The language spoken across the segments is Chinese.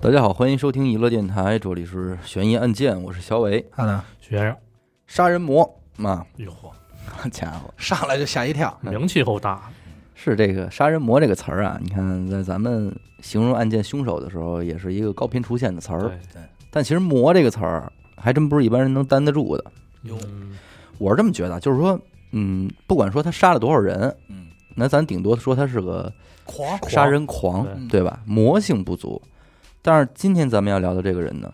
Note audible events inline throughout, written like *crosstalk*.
大家好，欢迎收听娱乐电台，这里是悬疑案件，我是小伟。看呢，学生，杀人魔啊，哎呦嚯，好家伙，上来就吓一哎跳，名气够大，是这个“杀人魔”这个词儿啊？你看，在咱们形容案件凶手的时候，也是一个高频出现的词儿。对，但其实“魔”这个词儿，还真不是一般人能担得住的。哟嗯我是这么觉得，就是说，嗯，不管说他杀了多少人，嗯，那咱顶多说他是个狂杀人狂，对对吧？魔性不足。但是今天咱们要聊的这个人呢，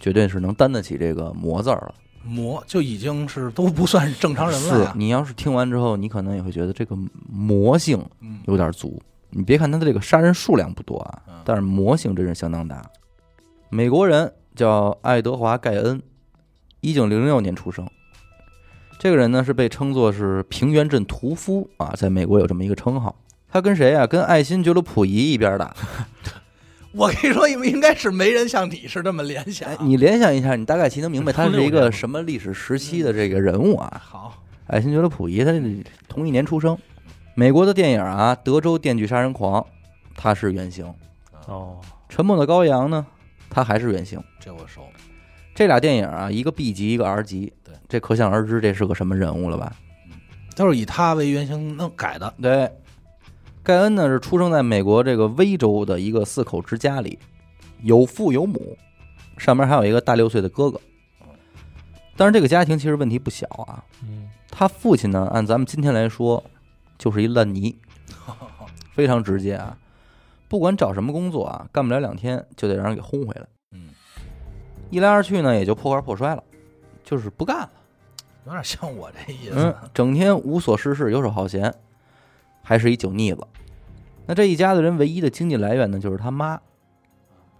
绝对是能担得起这个“魔”字儿啊了。魔就已经是都不算是正常人了啊是呀，你要是听完之后，你可能也会觉得这个魔性嗯，有点足。你别看他的这个杀人数量不多啊嗯，但是魔性真是相当大。美国人叫爱德华·盖恩，一九零六年出生。这个人呢是被称作是平原镇屠夫啊，在美国有这么一个称号。他跟谁啊？跟爱新觉罗·溥仪一边的。我跟你说，应应该是没人像你是这么联想哎，，你联想一下，你大概其能明白他是一六个年什么历史时期的这个人物啊？好，爱新觉罗·溥仪，他是同一年出生。美国的电影啊，《德州电锯杀人狂》，他是原型；《哦，沉默的羔羊》呢，他还是原型。这我熟，这俩电影啊，一个 B 级，一个 R 级，对，这可想而知这是个什么人物了吧？都是以他为原型弄改的，对，盖恩呢是出生在美国这个威州的一个四口之家里，有父有母，上面还有一个大六岁的哥哥。但是这个家庭其实问题不小啊，嗯，他父亲呢，按咱们今天来说，就是一烂泥，非常直接啊。不管找什么工作啊，干不了两天就得让人给轰回来。嗯，一来二去呢，也就破罐破摔了，就是不干了。有点像我这意嗯思，，整天无所事事，游手好闲，还是一酒腻子。那这一家子人唯一的经济来源呢，就是他妈。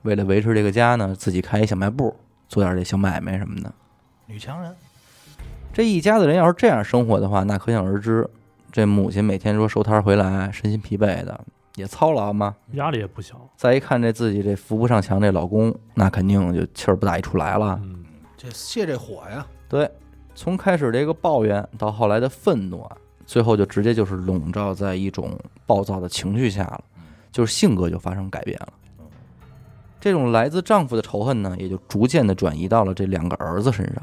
为了维持这个家呢，自己开一小卖部，做点这小买卖什么的。女强人，这一家子人要是这样生活的话，那可想而知，这母亲每天说收摊儿回来，身心疲惫的，也操劳嘛。压力也不小，再一看这自己这扶不上墙这老公，那肯定就气儿不打一处来了。嗯，这泄这火呀，对，从开始这个抱怨到后来的愤怒啊，最后就直接就是笼罩在一种暴躁的情绪下了，就是性格就发生改变了。这种来自丈夫的仇恨呢，也就逐渐的转移到了这两个儿子身上。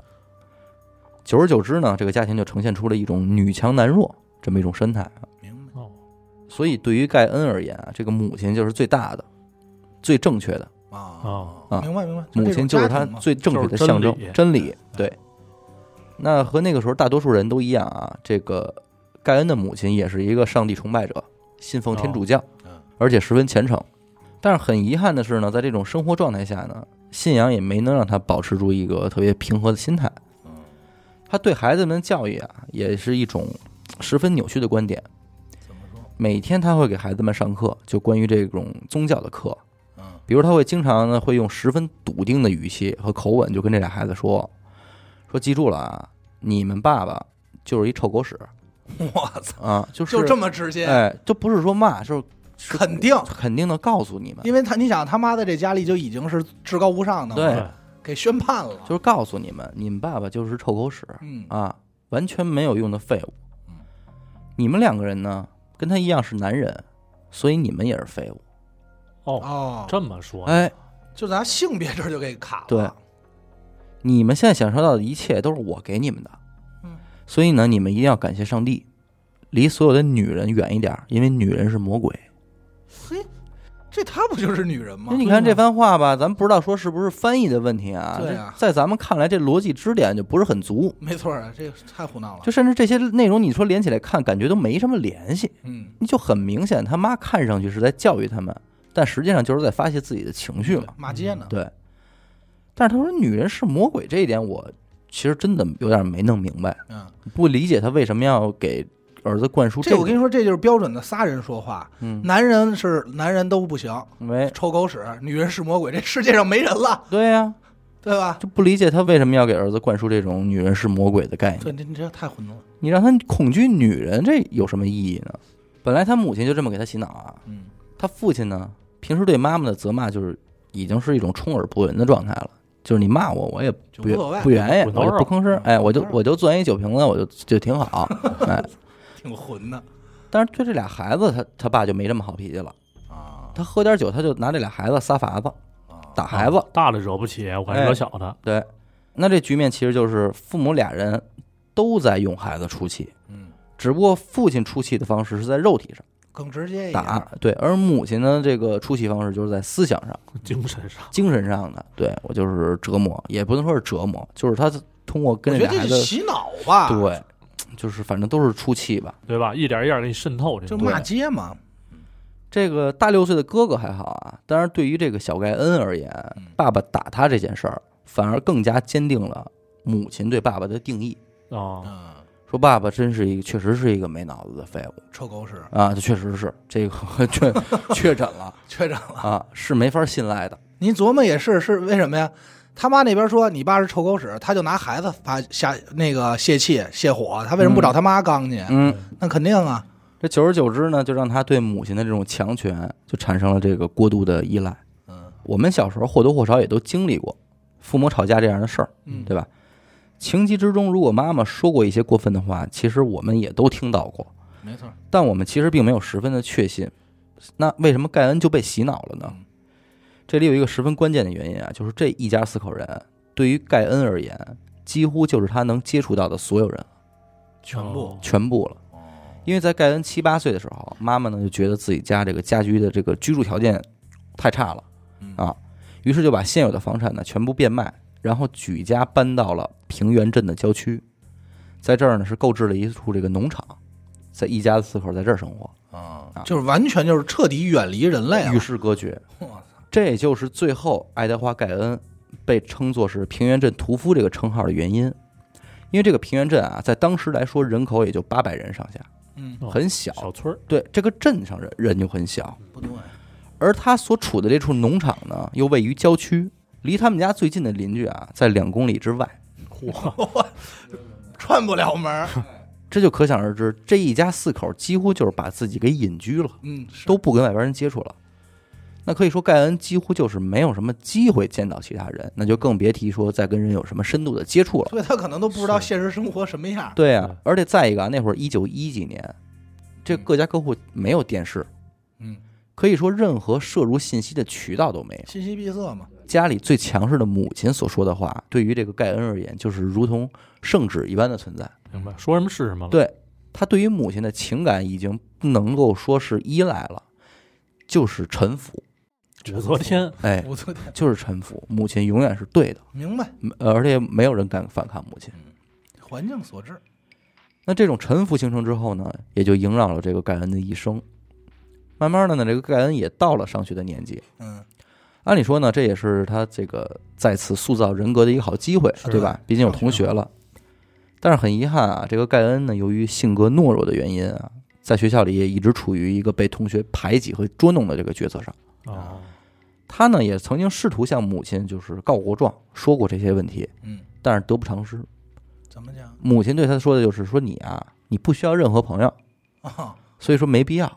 久而久之呢，这个家庭就呈现出了一种女强男弱这么一种生态。啊明白？哦，所以对于盖恩而言啊，这个母亲就是最大的、最正确的，啊哦啊明白明白，母这亲种就是家他庭嘛最正确的象征就是真理，真理。对，那和那个时候大多数人都一样啊，这个盖恩的母亲也是一个上帝崇拜者，信奉天主教，嗯而且十分虔诚。但是很遗憾的是呢，在这种生活状态下呢，信仰也没能让他保持住一个特别平和的心态。嗯他对孩子们的教育啊，也是一种十分扭曲的观点。怎么说？每天他会给孩子们上课，就关于这种宗教的课，嗯，比如他会经常呢会用十分笃定的语气和口吻就跟这俩孩子说，说记住了啊，你们爸爸就是一臭狗屎我操，啊，就是就这么直接，哎，就不是说骂，就是肯定。肯定的告诉你们，因为他，你想他妈在这家里就已经是至高无上的了，对给宣判了，就是告诉你们，你们爸爸就是臭狗屎嗯啊，完全没有用的废物嗯。你们两个人呢，跟他一样是男人，所以你们也是废物。哦，哦，这么说，哎，就咱性别这儿就给卡了，对，你们现在享受到的一切都是我给你们的，嗯，所以呢，你们一定要感谢上帝，离所有的女人远一点儿，因为女人是魔鬼。嘿，这她不就是女人吗那？你看这番话吧，咱不知道说是不是翻译的问题啊？对啊这在咱们看来，这逻辑支点就不是很足，没错啊，这个太胡闹了，就甚至这些内容，你说连起来看，感觉都没什么联系，嗯，你就很明显，他妈看上去是在教育他们，但实际上就是在发泄自己的情绪嘛。骂街呢，对，但是他说女人是魔鬼这一点，我其实真的有点没弄明白。嗯，不理解他为什么要给儿子灌输这种我跟你说，这就是标准的仨人说话，嗯男人是男人都不行，没臭狗屎，女人是魔鬼，这世界上没人了，对呀、对吧？就不理解他为什么要给儿子灌输这种女人是魔鬼的概念。对，你你这太混乱了，你让他恐惧女人，这有什么意义呢？本来他母亲就这么给他洗脑啊，嗯，他父亲呢，平时对妈妈的责骂就是已经是一种充耳不闻的状态了，就是你骂我，我也就不无所谓不原也，滚我刀也肉不吭嗯声，哎，我就滚刀肉我就攥一酒瓶子，我就就挺 *laughs* 好，哎。挺混的但是对这俩孩子，他他爸就没这么好脾气了，啊他喝点酒，他就拿这俩孩子撒法子，啊，打孩子。大的惹不起，我还哎惹小的，对，那这局面其实就是父母俩人都在用孩子出气，嗯，只不过父亲出气的方式是在肉体上更直接一点。打，对，而母亲呢，这个出气方式就是在思想上、精神上精神上的。对我就是折磨，也不能说是折磨，就是他通过我跟觉这得俩孩这子是，洗脑吧？，对，就是反正都是出气吧。对吧？一点一点给你渗透进就去，骂街嘛。这个大六岁的哥哥还好啊，但是对于这个小盖恩而言嗯，爸爸打他这件事儿，反而更加坚定了母亲对爸爸的定义，啊，嗯，说爸爸真是一个，确实是一个没脑子的废物臭狗屎，啊，这确实是这个 *laughs* 确确诊了缺长了。啊，是没法信赖的。您琢磨也是，是为什么呀？他妈那边说你爸是臭狗屎，他就拿孩子发下那个泄气泄火，他为什么不找他妈刚去？嗯，那肯定啊，这久而久之呢，就让他对母亲的这种强权就产生了这个过度的依赖。嗯我们小时候或多或少也都经历过父母吵架这样的事儿，嗯对吧？情急之中，如果妈妈说过一些过分的话，其实我们也都听到过，没错，但我们其实并没有十分的确信。那为什么盖恩就被洗脑了呢嗯？这里有一个十分关键的原因啊，就是这一家四口人对于盖恩而言，几乎就是他能接触到的所有人全部哦全部了。因为在盖恩七八岁的时候，妈妈呢就觉得自己家这个家居的这个居住条件太差了嗯啊，于是就把现有的房产呢全部变卖，然后举家搬到了平原镇的郊区，在这儿呢是购置了一处这个农场，在一家四口在这儿生活，啊啊就是完全就是彻底远离人类啊与了。世隔绝。我操，这也就是最后爱德华·盖恩被称作是平原镇屠夫这个称号的原因，因为这个平原镇啊，在当时来说人口也就八百人上下，嗯，哦很小。小村儿，对，这个镇上人人就很小，不对， *laughs* 而他所处的这处农场呢，又位于郊区，离他们家最近的邻居啊，在两公里之外。嚯，串不了门儿。这就可想而知，这一家四口几乎就是把自己给隐居了，嗯，是都不跟外边人接触了。那可以说，盖恩几乎就是没有什么机会见到其他人，那就更别提说再跟人有什么深度的接触了。所以他可能都不知道现实生活什么样。对啊对，而且再一个啊，那会儿一九一几年，这各家各户没有电视，嗯，可以说任何摄入信息的渠道都没有。信息闭塞嘛。家里最强势的母亲所说的话，对于这个盖恩而言，就是如同圣旨一般的存在。明白，说什么是什么了，对他对于母亲的情感已经不能够说是依赖了，就是臣服。武则天哎，我昨天就是臣服，母亲永远是对的，明白，呃而且没有人敢反抗母亲。环境所致。那这种臣服形成之后呢，也就萦绕了这个盖恩的一生。慢慢的呢，这个盖恩也到了上学的年纪。嗯，按理说呢，这也是他这个再次塑造人格的一个好机会，是对吧？毕竟有同学了。但是很遗憾啊，这个盖恩呢，由于性格懦弱的原因啊，在学校里也一直处于一个被同学排挤和捉弄的这个角色上。啊，他呢，也曾经试图向母亲就是告过状，说过这些问题，嗯，但是得不偿失。怎么讲母亲对他说的就是说你啊，你不需要任何朋友，啊？所以说没必要。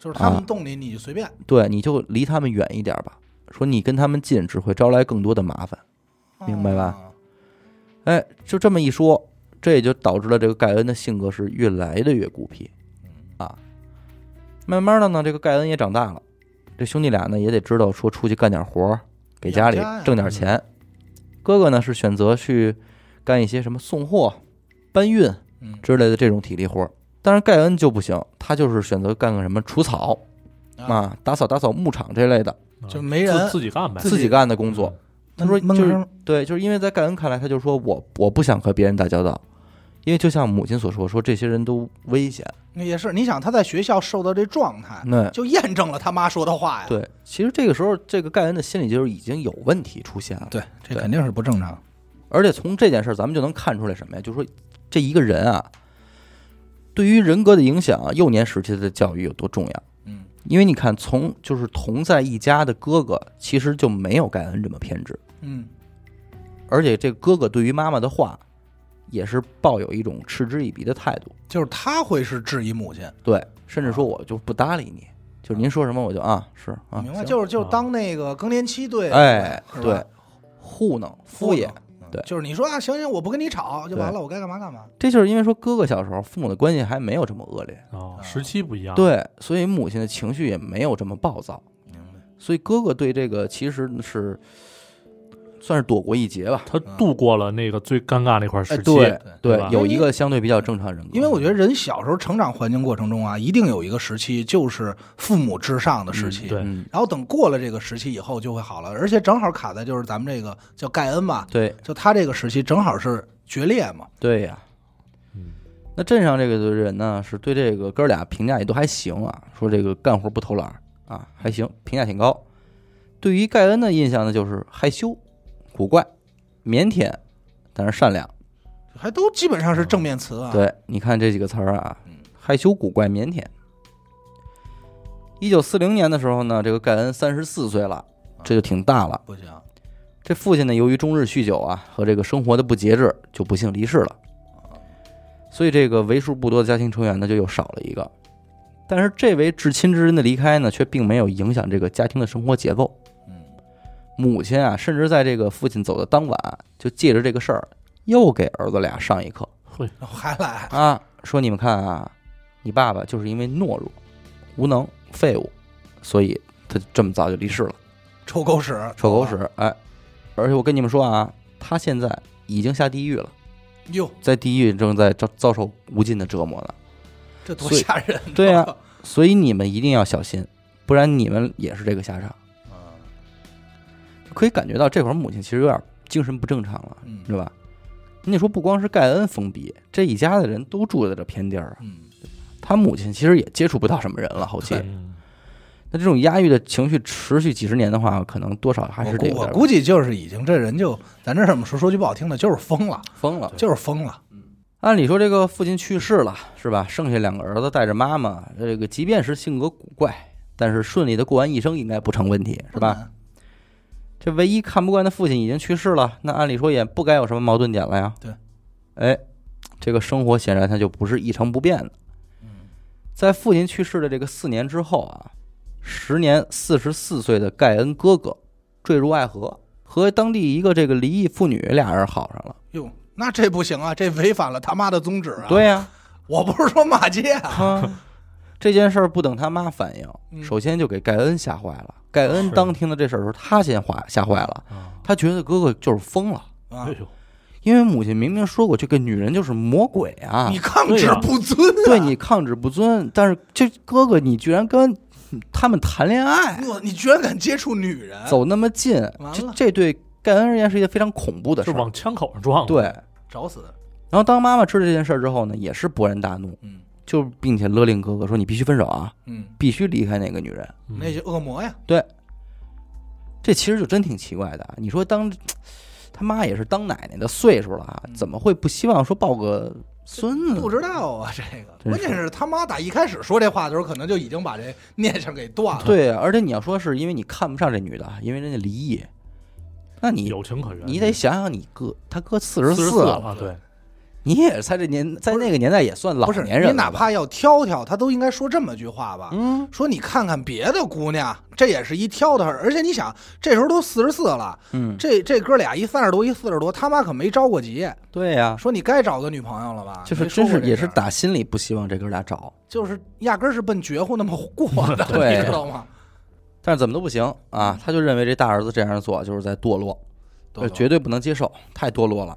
就是他啊们动你，你就随便。对，你就离他们远一点吧。说你跟他们近，只会招来更多的麻烦。明白吧啊？哎，就这么一说，这也就导致了这个盖恩的性格是越来的越孤僻啊。慢慢的呢，这个盖恩也长大了，这兄弟俩呢也得知道说出去干点活儿，给家里养家呀挣点钱。哥哥呢是选择去干一些什么送货、搬运嗯之类的这种体力活儿，但是盖恩就不行，他就是选择干个什么除草啊，啊、打扫打扫牧场这类的就啊没人自自己干呗，自己干的工作。他说闷就闷是声对，就是因为在盖恩看来，他就说我我不想和别人打交道，因为就像母亲所说，说这些人都危险。也是。你想他在学校受到这状态，那就验证了他妈说的话呀。对，其实这个时候，这个盖恩的心理就是已经有问题出现了。对，这对肯定是不正常。而且从这件事儿，咱们就能看出来什么呀？就说这一个人啊，对于人格的影响啊，幼年时期的教育有多重要。嗯，因为你看，从就是同在一家的哥哥，其实就没有盖恩这么偏执，嗯，而且这哥哥对于妈妈的话，也是抱有一种嗤之以鼻的态度。就是他会是质疑母亲，对，甚至说我就不搭理你，就是您说什么我就啊是啊，明白？行就是就是啊当那个更年期对，哎是吧对，糊弄敷衍，。嗯对就是你说啊，行行，我不跟你吵就完了，对我该干嘛干嘛。这就是因为说哥哥小时候父母的关系还没有这么恶劣，嗯哦嗯啊，时期不一样，，对，所以母亲的情绪也没有这么暴躁。明白？所以哥哥对这个其实是算是躲过一劫吧。他度过了那个最尴尬那块哎，时期，对对吧有一个相对比较正常人格，因为我觉得人小时候成长环境过程中啊，一定有一个时期就是父母至上的时期。嗯对嗯，然后等过了这个时期以后就会好了，而且正好卡在就是咱们这个叫盖恩吧，对就他这个时期正好是决裂嘛。对呀、嗯那镇上这个的人呢，是对这个哥俩评价也都还行啊，说这个干活不偷懒儿啊，还行，评价挺高。对于盖恩的印象呢，就是害羞、古怪、腼腆，但是善良。还都基本上是正面词嗯啊。，对，你看这几个词儿啊嗯，害羞、古怪、腼腆。一九四零年的时候呢，这个盖恩三十四岁了，这就挺大了。不行，这父亲呢，由于终日酗酒啊和这个生活的不节制，就不幸离世了。所以这个为数不多的家庭成员呢，就又少了一个。但是这位至亲之人的离开呢，却并没有影响这个家庭的生活结构。嗯，母亲啊，甚至在这个父亲走的当晚，啊就借着这个事儿，又给儿子俩上一课会还来，啊，说你们看啊，你爸爸就是因为懦弱、无能、废物，所以他就这么早就离世了。臭狗屎，臭狗！屎！哎，而且我跟你们说啊，他现在已经下地狱了，哟，在地狱正在遭遭受无尽的折磨呢。这多所以吓人！对啊呀所以你们一定要小心，不然你们也是这个下场。啊可以感觉到这会儿母亲其实有点精神不正常了，嗯是吧？你得说不光是盖恩封闭，这一家的人都住在这偏地儿啊。嗯，他母亲其实也接触不到什么人了，后期对嗯那这种压抑的情绪持续几十年的话，可能多少还我是得估有我点估计就是已经这人就，咱这怎么说说句不好听的，就是疯了，疯了。就是疯了。按理说，这个父亲去世了，是吧？剩下两个儿子带着妈妈，这个即便是性格古怪，但是顺利的过完一生应该不成问题，是嗯吧？？这唯一看不惯的父亲已经去世了，那按理说也不该有什么矛盾点了呀。对，哎，这个生活显然它就不是一成不变的。嗯在父亲去世的这个四年之后啊，时年四十四岁的盖恩哥哥坠入爱河，和当地一个这个离异妇女俩人好上了。哟，那这不行啊，这违反了他妈的宗旨啊！，对呀、我不是说骂街啊，啊， *laughs* 这件事儿不等他妈反应，嗯首先就给盖恩吓坏了。盖恩是当听到这事儿的时候，他先坏吓坏了，啊，他觉得哥哥就是疯了，啊哎，呦，因为母亲明明说过这个女人就是魔鬼啊你，抗旨不遵啊，对你抗旨不遵，但是这哥哥你居然跟他们谈恋爱，我你居然敢接触女人，走那么近，完这了这对盖恩而言是一件非常恐怖的事是儿。往枪口上撞，对，，找死！然后当妈妈知道这件事儿之后呢，也是勃然大怒，嗯就并且勒令哥哥说：“你必须分手啊，嗯，必须离开那个女人。”嗯那些恶魔呀，这其实就真挺奇怪的啊！你说当他妈也是当奶奶的岁数了啊，嗯怎么会不希望说抱个孙子？不知。道啊，这个嗯真关是键是他妈打一开始说这话的时候，可能就已经把这念想给断了。，对啊，而且你要说是因为你看不上这女的啊，因为人家离异，那你有情可原，你得想想你哥，他哥四十四四了，了，对，你也是在这年在那个年代也算老不是年人了吧你哪怕要挑挑，他都应该说这么句话吧？嗯说你看看别的姑娘，这也是一挑的事儿。而且你想，这时候都四十四了，嗯，这这哥俩一三十多，一四十多，他妈可没着过急。对呀、说你该找个女朋友了吧？就是没说真过是这也事是儿，打心里不希望这哥俩找，就是压根儿是奔绝户那么过的， *laughs* 对你知道吗？但是怎么都不行啊，他就认为这大儿子这样做就是在堕落。呃，绝对对不能接受，太堕落了。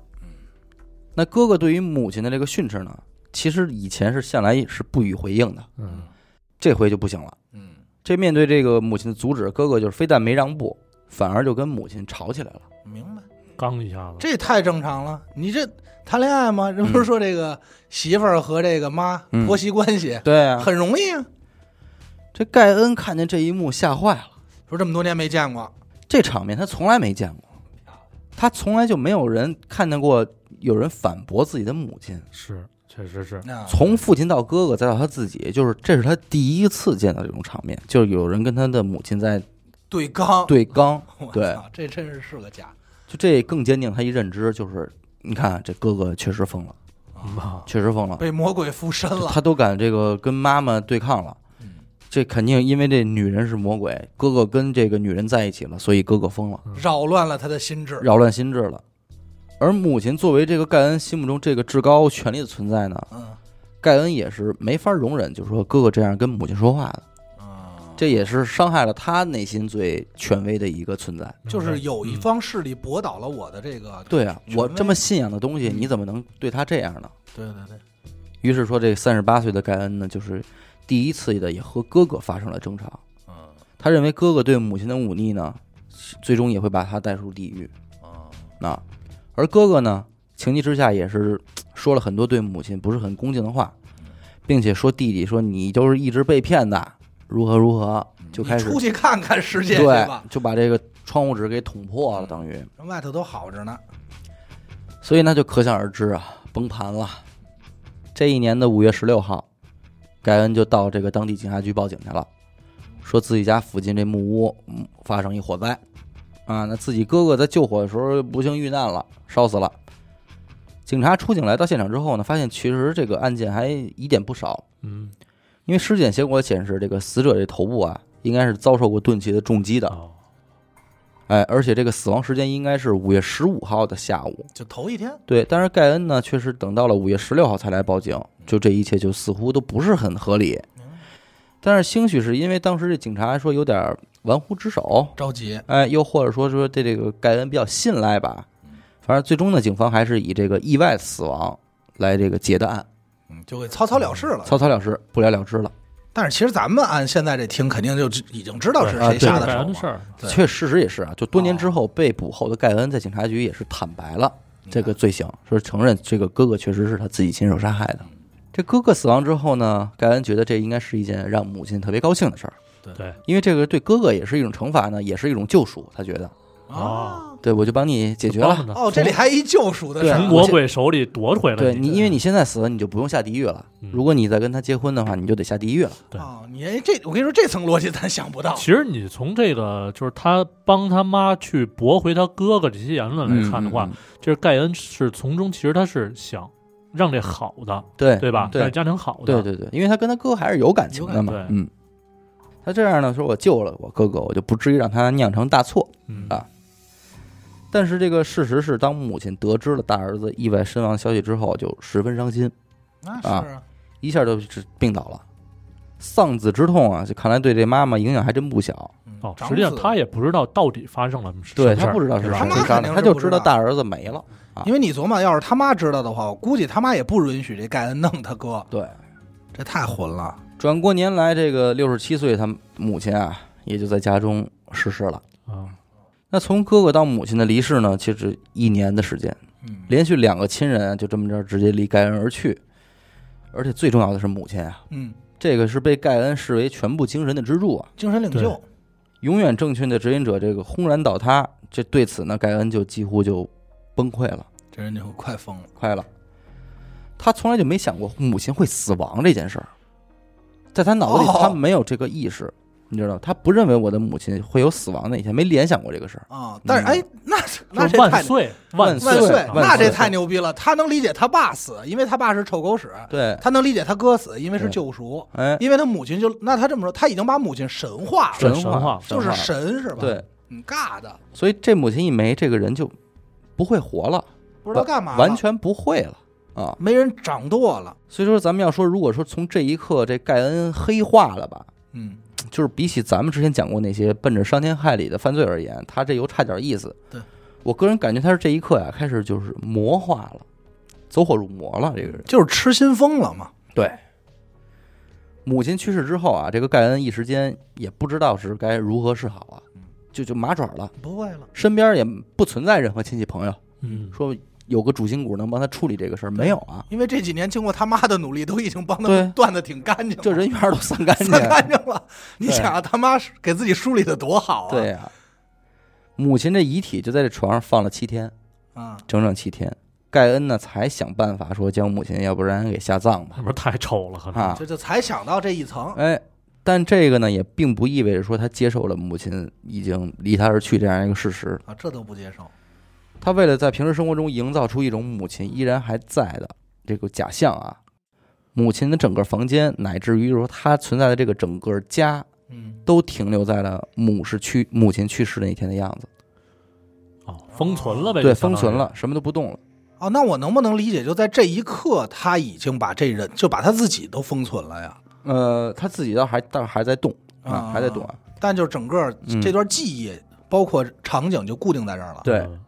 那哥哥对于母亲的这个训斥呢，其实以前是向来是不予回应的，嗯，这回就不行了。嗯这面对这个母亲的阻止，哥哥就是非但没让步，反而就跟母亲吵起来了。明白。刚一下子，这也太正常了。你这谈恋爱吗？人不是说这个媳妇儿和这个妈、嗯婆媳关系对啊，很容易啊，这盖恩看见这一幕吓坏了，说这么多年没见过，这场面他从来没见过，他从来就没有人看见过有人反驳自己的母亲。是，确实是，那从父亲到哥哥，再到他自己，就是这是他第一次见到这种场面，就是有人跟他的母亲在对刚，对刚。我对操，这真是是个家。就这更坚定他一认知，就是你看这哥哥确实疯了，嗯啊确实疯了，被魔鬼附身了，他都敢这个跟妈妈对抗了嗯。这肯定因为这女人是魔鬼，哥哥跟这个女人在一起了，所以哥哥疯了，扰乱了他的心智。扰乱心智了。而母亲作为这个盖恩心目中这个至高权力的存在呢，嗯盖恩也是没法容忍，就是说哥哥这样跟母亲说话的，啊，这也是伤害了他内心最权威的一个存在。就是有一嗯方势力驳倒了我的这个，对啊，权我威这么信仰的东西，嗯你怎么能对他这样呢？对对对，于是说，这三十八岁的盖恩呢，就是第一次的也和哥哥发生了争吵。嗯他认为哥哥对母亲的忤逆呢，最终也会把他带入地狱。啊啊，而哥哥呢，情急之下也是说了很多对母亲不是很恭敬的话，并且说弟弟说你就是一直被骗的，如何如何，就开你始出去看看世界去对吧，，就把这个窗户纸给捅破了，等于，人外头都好着呢，所以那就可想而知啊，崩盘了。这一年的五月十六号，盖恩就到这个当地警察局报警去了，说自己家附近这木屋嗯发生一火灾，啊，那自己哥哥在救火的时候不幸遇难了，烧死了。警察出警来到现场之后呢，发现其实这个案件还疑点不少，嗯因为尸检结果显示，这个死者这头部啊应该是遭受过钝器的重击的，哦，哎，而且这个死亡时间应该是五月十五号的下午，就头一天，对，但是盖恩呢，确实等到了五月十六号才来报警，就这一切就似乎都不是很合理。但是兴许是因为当时这警察说有点玩忽职守，着急，哎，又或者说说对这个盖恩比较信赖吧。反正最终呢，警方还是以这个意外死亡来这个结的案，嗯，就给草草了事了。草草了事，不了了之了。但是其实咱们按现在这听，肯定就知已经知道是对啊谁下的盖手恩的了。事儿，对确事实也是啊，就多年哦之后被捕后的盖恩在警察局也是坦白了。你看这个罪行，说承认这个哥哥确实是他自己亲手杀害的。这哥哥死亡之后呢，盖恩觉得这应该是一件让母亲特别高兴的事儿，对，因为这个对哥哥也是一种惩罚呢，也是一种救赎。他觉得，啊，对我就帮你解决了，了哦，这里还一救赎的事对儿从啊魔鬼手里夺回来的，对你，因为你现在死了，你就不用下地狱了。嗯如果你再跟他结婚的话，你就得下地狱了。对哦，你哎这我跟你说，这层逻辑咱想 *laughs* 不到。其实你从这个就是他帮他妈去驳回他哥哥这些言论来看的话，嗯，嗯嗯就是盖恩是从中其实他是想让这好的，对对吧？对让家庭好对的，对对，因为他跟他哥还是有感情的有嘛感，嗯。他这样呢，说我救了我哥哥，我就不至于让他酿成大错。嗯啊但是这个事实是，当母亲得知了大儿子意外身亡的消息之后，就十分伤心，那是啊，一下就病倒了。丧子之痛啊，就看来对这妈妈影响还真不小。嗯哦，长实际上子他也不知道到底发生了什么事啊对儿，他不知道是对吧谁他妈杀肯定的，他是就不知知道道大儿子没了。啊因为你琢磨，要是他妈知道的话，我估计他妈也不允许这盖恩弄他哥，对，这太混了。转过年来，这个六十七岁，他母亲啊，也就在家中逝世了。啊，那从哥哥到母亲的离世呢，其实一年的时间，嗯，连续两个亲人啊就这么着直接离盖恩而去，而且最重要的是母亲啊，嗯，这个是被盖恩视为全部精神的支柱啊。精神领袖，永远正确的指引者这个轰然倒塌，这对此呢，盖恩就几乎就崩溃了，这人就快疯了。快了。他从来就没想过母亲会死亡这件事儿，在他脑子里哦他没有这个意识，你知道，他不认为我的母亲会有死亡那一天，没联想过这个事儿。啊！但是哎，那那就是这万太岁万岁岁岁，万那岁这太牛逼了。他能理解他爸死，因为他爸是臭狗屎；对，他能理解他哥死，因为是对救赎。哎，因为他母亲就那他这么说，他已经把母亲神化了，神化，化神就是化神是吧？，对，嗯，尬的，所以这母亲一没，这个人就不会活了，不知道干嘛了，完全不会了啊。没人掌舵了。所以说，咱们要说，如果说从这一刻这盖恩黑化了吧，嗯，就是比起咱们之前讲过那些奔着伤天害理的犯罪而言，他这又差点意思。对我个人感觉，他是这一刻呀、开始就是魔化了，走火入魔了。这个人，就是痴心疯了嘛。对。母亲去世之后啊，这个盖恩一时间也不知道是该如何是好啊，就就麻爪了，不会了，身边也不存在任何亲戚朋友嗯，说有个主心骨能帮他处理这个事儿，没有啊，因为这几年经过他妈的努力，都已经帮他对们断的挺干净了，这人缘儿都散干净算了。干净了。你想啊，他妈是给自己梳理的多好啊！对呀、母亲这遗体就在这床上放了七天，啊，整整七天。盖恩呢才想办法说将母亲，要不然给下葬吧那不是太丑了，可能啊这，就才想到这一层，哎，但这个呢也并不意味着说他接受了母亲已经离他而去这样一个事实。啊，这都不接受。他为了在平时生活中营造出一种母亲依然还在的这个假象啊，母亲的整个房间乃至于说她存在的这个整个家，嗯，都停留在了母是去母亲去世那一天的样子，哦，封存了呗，对，就相封当于存，了，什么都不动了。哦，那我能不能理解，就在这一刻，他已经把这人就把他自己都封存了呀？啊呃，他自己倒还倒还在动，啊，还得躲。但就是整个嗯这段记忆，包括场景就固定在这儿了。对，嗯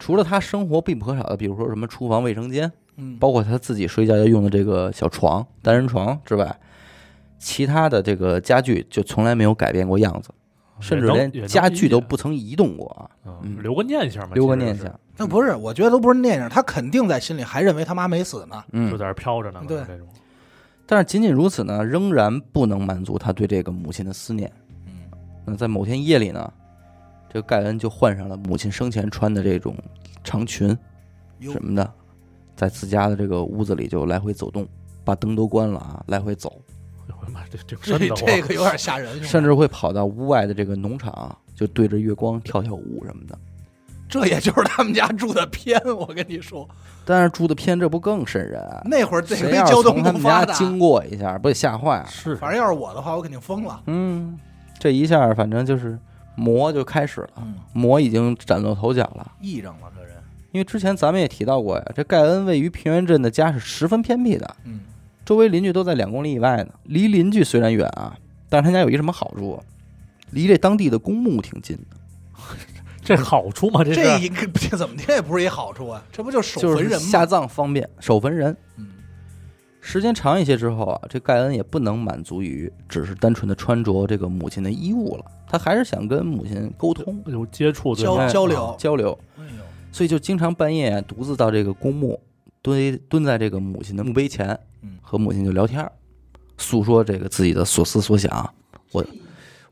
除了他生活必不可少的，比如说什么厨房、卫生间，嗯，包括他自己睡觉要用的这个小床、单人床之外，其他的这个家具就从来没有改变过样子，甚至也能连也能家具理解都不曾移动过啊，嗯留个念想嘛，留个其实念是想，。那不是，我觉得都不是念想，他肯定在心里还认为他妈没死呢。就嗯，在这飘着呢，可能对这种但是仅仅如此呢，仍然不能满足他对这个母亲的思念。嗯，那在某天夜里呢，这个盖恩就换上了母亲生前穿的这种长裙哟什么的，在自家的这个屋子里就来回走动，把灯都关了啊，来回走，我的哎妈，这 *laughs* 这这真的这个有点吓人，甚至会跑到屋外的这个农场啊，就对着月光跳跳舞什么的。这也就是他们家住的偏。 *laughs* 我跟你说，但是住的偏这不更瘆人啊？那会儿这谁没要交是通从他不们发啊家达，经过一下，不得吓坏啊？是反正要是我的话，我肯定疯了。嗯，这一下反正就是魔就开始了，嗯，魔已经崭露头角了。癔症了这人。因为之前咱们也提到过呀，这盖恩位于平原镇的家是十分偏僻的，嗯，周围邻居都在两公里以外呢。离邻居虽然远啊，但是他家有一什么好处？啊离这当地的公墓挺近的，这好处嘛，这是这一个 *laughs* 这怎么听也不是一好处啊，这不就是守就是坟人吗？下葬方便，守坟人。嗯时间长一些之后啊，这盖恩也不能满足于只是单纯的穿着这个母亲的衣物了，他还是想跟母亲沟通啊有接触对交吧交流哦交流，哎呦，所以就经常半夜啊独自到这个公墓蹲蹲在这个母亲的墓碑前嗯，和母亲就聊天儿，诉说这个自己的所思所想，我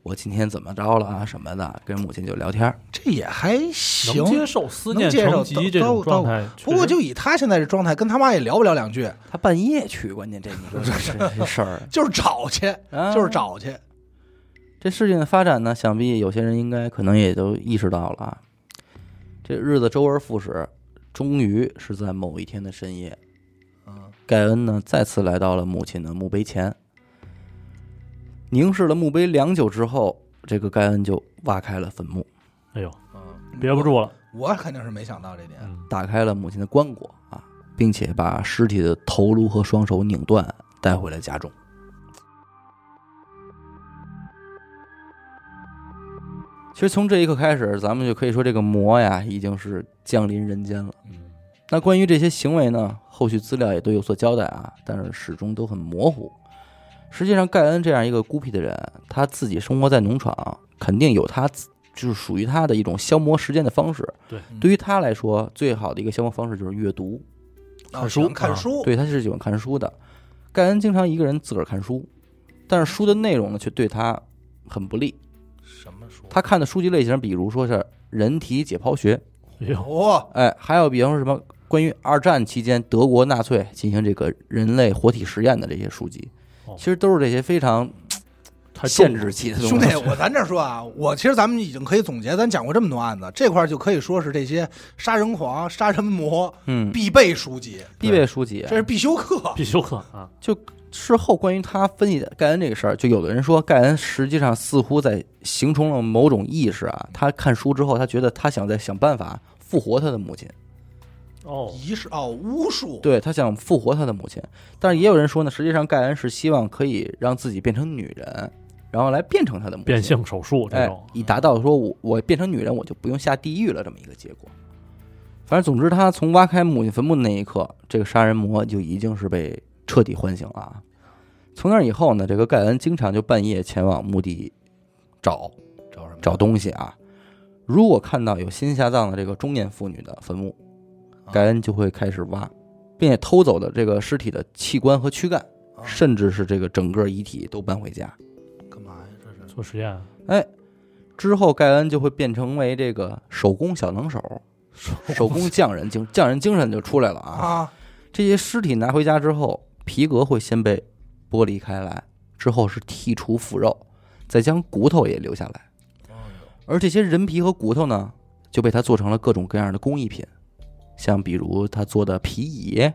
我今天怎么着了啊什么的，跟母亲就聊天儿。这也还行能。接受思能念接成受疾都都这种都状态，不过确实就以他现在这状态，跟他妈也聊不了两句，他半夜去，关键这你 *laughs* 说这这事儿，就是找去，啊就是找去。这事情的发展呢，想必有些人应该可能也都意识到了啊。这日子周而复始，终于是在某一天的深夜，嗯，盖恩呢再次来到了母亲的墓碑前，凝视了墓碑良久之后，这个盖恩就挖开了坟墓，哎呦嗯憋不住了，我肯定是没想到这点。嗯，打开了母亲的棺椁啊，并且把尸体的头颅和双手拧断，带回了家中。其实从这一刻开始，咱们就可以说这个魔呀已经是降临人间了。嗯那关于这些行为呢，后续资料也都有所交代啊，但是始终都很模糊。实际上，盖恩这样一个孤僻的人，他自己生活在农场，肯定有他自就是属于他的一种消磨时间的方式。嗯对于他来说，最好的一个消磨方式就是阅读。啊看书喜欢看书，对，他是喜欢看书的。盖恩经常一个人自个儿看书，但是书的内容呢，却对他很不利。什么书？他看的书籍类型，比如说是人体解剖学，哎呦，哦，哎，还有比方说什么关于二战期间德国纳粹进行这个人类活体实验的这些书籍哦，其实都是这些非常太限重制级的东兄西弟，。我咱这说啊，我其实咱们已经可以总结，咱讲过这么多案子，这块儿就可以说是这些杀人狂、杀人魔嗯，必备书籍，必备书籍这。是必修课。必修课 *laughs* 啊，事后关于他分析盖恩这个事儿，就有的人说盖恩实际上似乎在形成了某种意识啊。他看书之后，他觉得他想在想办法复活他的母亲。哦，仪式哦，巫术，对他想复活他的母亲，但是也有人说呢，实际上盖恩是希望可以让自己变成女人，然后来变成他的母亲，变性手术这哎种，，以达到说我我变成女人我就不用下地狱了这么一个结果。反正总之，他从挖开母亲坟墓的那一刻，这个杀人魔就已经是被彻底唤醒了啊。从那以后呢，这个盖恩经常就半夜前往墓地找找什么？找东西啊。如果看到有新下葬的这个中年妇女的坟墓，盖恩就会开始挖，并且偷走的这个尸体的器官和躯干，啊甚至是这个整个遗体都搬回家。干嘛呀？这是做实验，哎，之后盖恩就会变成为这个手工小能手、手工匠人精匠人精神就出来了啊。啊，这些尸体拿回家之后，皮革会先被剥离开来，之后是剔除腐肉，再将骨头也留下来。哎而这些人皮和骨头呢，就被他做成了各种各样的工艺品，像比如他做的皮椅、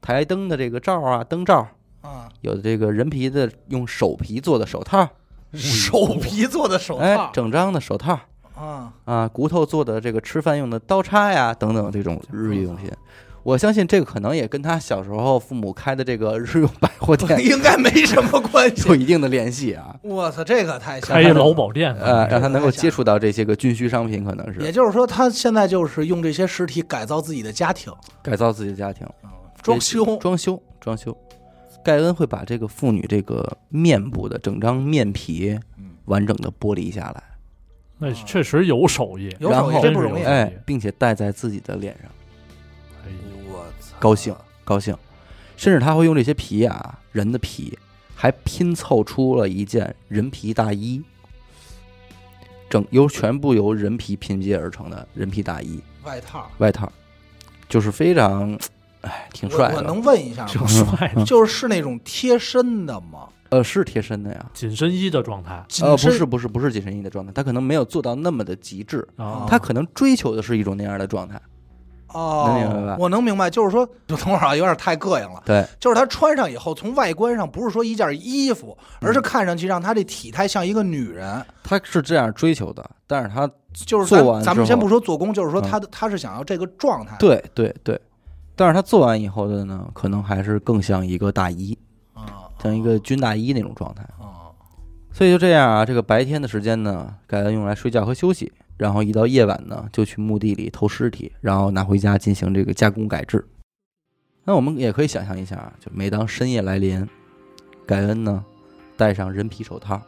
台灯的这个罩啊、灯罩，啊，有的这个人皮的用手皮做的手套，手皮做的手哎套，整张的手套，啊，啊，骨头做的这个吃饭用的刀叉呀，等等这种日用品，我相信这个可能也跟他小时候父母开的这个日用百货 *laughs* 店应该没什么关系有。一定的联系啊。我操，这个太吓开一人了！劳保店，呃，让他能够太吓人接触到这些个军需商品，可能也是就是说，他现在就是用这些尸体改造自己的家庭，改造自己的家庭，装修。装修，装修。盖恩会把这个妇女这个面部的整张面皮嗯完整的剥离下来，那确实有手艺，有手然后艺真不容易真是有。哎，并且戴在自己的脸上，哎呦我操，高兴高兴。甚至他会用这些皮啊，人的皮，还拼凑出了一件人皮大衣，整由全部由人皮拼接而成的人皮大衣外套，外套，就是非常，哎，挺帅我。我的。能问一下挺嗯吗？帅的，就是是那种贴身的吗？呃，是贴身的呀。紧身衣的状态紧呃，身不是，不是不是紧身衣的状态，他可能没有做到那么的极致，哦啊，哦他可能追求的是一种那样的状态。能明白哦吧，我能明白，就是说， *laughs* 就等会儿啊，有点太膈应了。对，就是他穿上以后，从外观上不是说一件衣服，而嗯是看上去让他这体态像一个女人。他是这样追求的，但是他就是做完咱之后嗯咱们先不说做工，就是说他他是想要这个状态。对对对，但是他做完以后的呢，可能还是更像一个大衣，啊，像一哦个军大衣那种状态。啊，所以就这样啊，这个白天的时间呢，盖恩用来睡觉和休息，然后一到夜晚呢，就去墓地里投尸体，然后拿回家进行这个加工改制。那我们也可以想象一下啊，就每当深夜来临，盖恩呢戴上人皮手套，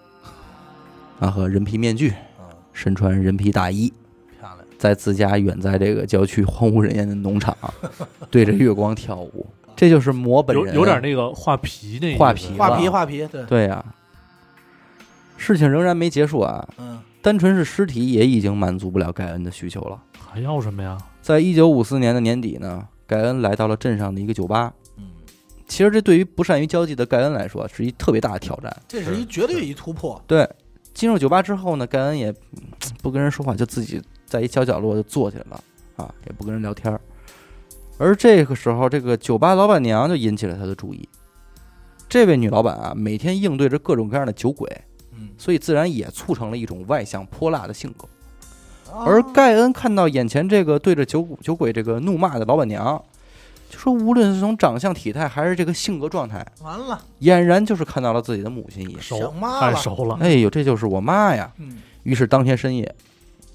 啊和人皮面具，嗯，哦身穿人皮大衣，漂亮。在自家远在这个郊区荒无人烟的农 *laughs* 场，对着月光跳舞，这就是魔本有人啊有点那个画皮那意思画皮画吧皮画皮，对， *laughs* 对呀、事情仍然没结束啊，嗯，单纯是尸体也已经满足不了盖恩的需求了。还要什么呀？在一九五四年的年底呢，盖恩来到了镇上的一个酒吧。嗯，其实这对于不善于交际的盖恩来说是一特别大的挑战。这是一绝对一突破。对，进入酒吧之后呢，盖恩也嗯不跟人说话，就自己在一小角落就坐起来了啊，也不跟人聊天儿。而这个时候，这个酒吧老板娘就引起了他的注意。这位女老板啊，每天应对着各种各样的酒鬼，嗯，所以自然也促成了一种外向泼辣的性格。啊哦而盖恩看到眼前这个对着酒鬼酒鬼这个怒骂的老板娘，就说无论是从长相、体态，还是这个性格状态，啊完了，俨然就是看到了自己的母亲一样。熟想妈太了熟了，哎呦，这就是我妈呀！嗯，于是当天深夜，